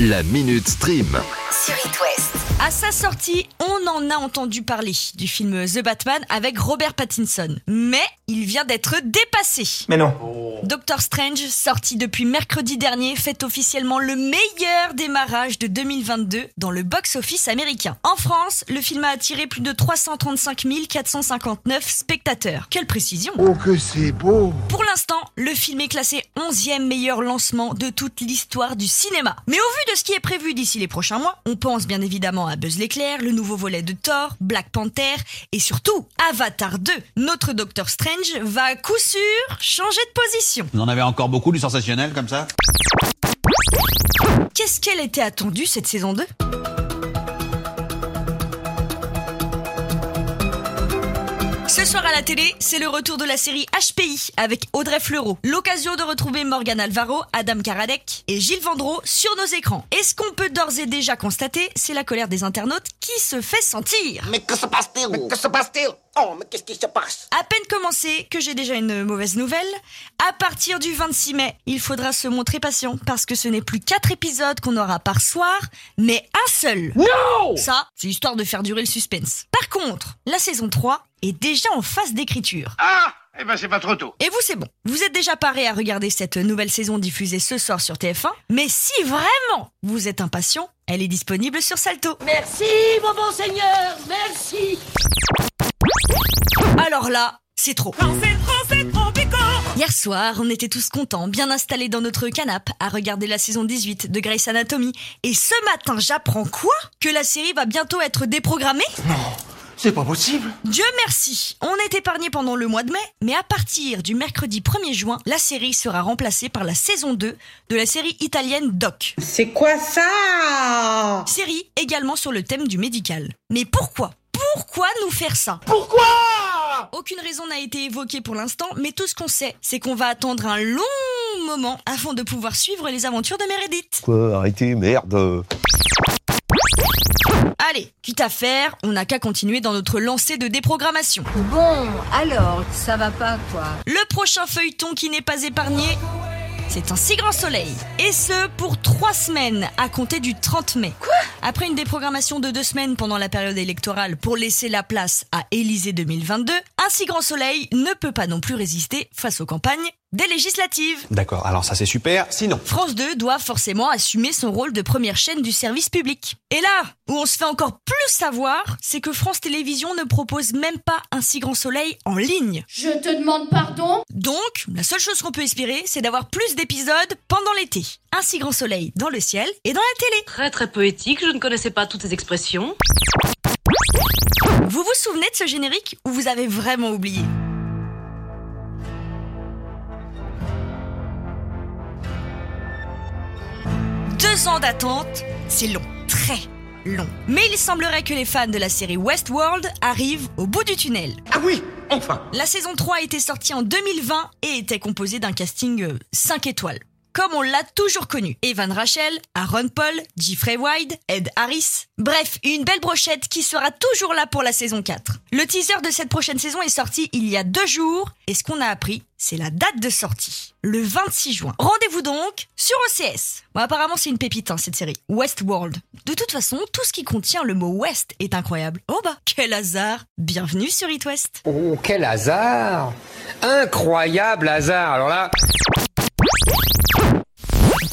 La Minute Stream. sur It West. À sa sortie, on en a entendu parler du film The Batman avec Robert Pattinson. Mais il vient d'être dépassé. Mais non. Doctor Strange, sorti depuis mercredi dernier, fait officiellement le meilleur démarrage de 2022 dans le box-office américain. En France, le film a attiré plus de 335 459 spectateurs. Quelle précision Oh que c'est beau Pour l'instant, le film est classé 11e meilleur lancement de toute l'histoire du cinéma. Mais au vu de ce qui est prévu d'ici les prochains mois, on pense bien évidemment à Buzz l'éclair, le nouveau volet de Thor, Black Panther et surtout Avatar 2. Notre Docteur Strange va à coup sûr changer de position. Vous en avez encore beaucoup du sensationnel comme ça Qu'est-ce qu'elle était attendue cette saison 2 Ce soir à la télé, c'est le retour de la série HPI avec Audrey Fleurot. L'occasion de retrouver Morgan Alvaro, Adam Karadec et Gilles Vendreau sur nos écrans. Et ce qu'on peut d'ores et déjà constater, c'est la colère des internautes qui se fait sentir. Mais que se passe-t-il Mais que se passe-t-il Oh, mais qu'est-ce qui se passe À peine commencé que j'ai déjà une mauvaise nouvelle. À partir du 26 mai, il faudra se montrer patient parce que ce n'est plus quatre épisodes qu'on aura par soir, mais un seul. Ça, c'est histoire de faire durer le suspense. Par contre, la saison 3 est déjà en phase d'écriture. Ah Eh ben c'est pas trop tôt Et vous, c'est bon. Vous êtes déjà paré à regarder cette nouvelle saison diffusée ce soir sur TF1. Mais si vraiment vous êtes impatient, elle est disponible sur Salto. Merci, mon bon seigneur, merci. Alors là, c'est trop. Hier soir, on était tous contents, bien installés dans notre canapé, à regarder la saison 18 de Grey's Anatomy. Et ce matin, j'apprends quoi Que la série va bientôt être déprogrammée C'est pas possible. Dieu merci On est épargné pendant le mois de mai, mais à partir du mercredi 1er juin, la série sera remplacée par la saison 2 de la série italienne Doc. C'est quoi ça Série également sur le thème du médical. Mais pourquoi Pourquoi nous faire ça Pourquoi Aucune raison n'a été évoquée pour l'instant, mais tout ce qu'on sait, c'est qu'on va attendre un long moment avant de pouvoir suivre les aventures de Meredith. Quoi, arrêtez, merde. Allez, quitte à faire, on n'a qu'à continuer dans notre lancée de déprogrammation. Bon, alors, ça va pas, quoi. Le prochain feuilleton qui n'est pas épargné, c'est un si grand soleil. Et ce, pour trois semaines, à compter du 30 mai. Quoi Après une déprogrammation de deux semaines pendant la période électorale pour laisser la place à Élysée 2022, un si grand soleil ne peut pas non plus résister face aux campagnes des législatives. D'accord, alors ça c'est super, sinon. France 2 doit forcément assumer son rôle de première chaîne du service public. Et là, où on se fait encore plus savoir, c'est que France Télévisions ne propose même pas un si grand soleil en ligne. Je te demande pardon Donc, la seule chose qu'on peut espérer, c'est d'avoir plus d'épisodes pendant l'été. Un si grand soleil dans le ciel et dans la télé. Très très poétique, je ne connaissais pas toutes ces expressions. Vous vous souvenez de ce générique ou vous avez vraiment oublié Deux ans d'attente, c'est long, très long. Mais il semblerait que les fans de la série Westworld arrivent au bout du tunnel. Ah oui, enfin. La saison 3 a été sortie en 2020 et était composée d'un casting 5 étoiles. Comme on l'a toujours connu. Evan Rachel, Aaron Paul, Jeffrey Wide, Ed Harris. Bref, une belle brochette qui sera toujours là pour la saison 4. Le teaser de cette prochaine saison est sorti il y a deux jours et ce qu'on a appris, c'est la date de sortie. Le 26 juin. Rendez-vous donc sur OCS. Bon, apparemment, c'est une pépite, hein, cette série. Westworld. De toute façon, tout ce qui contient le mot West est incroyable. Oh bah, quel hasard. Bienvenue sur It West. Oh, quel hasard Incroyable hasard Alors là...